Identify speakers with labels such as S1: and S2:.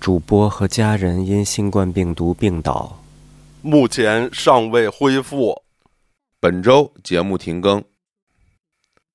S1: 主播和家人因新冠病毒病倒。
S2: 目前尚未恢复。
S3: 本周节目停更。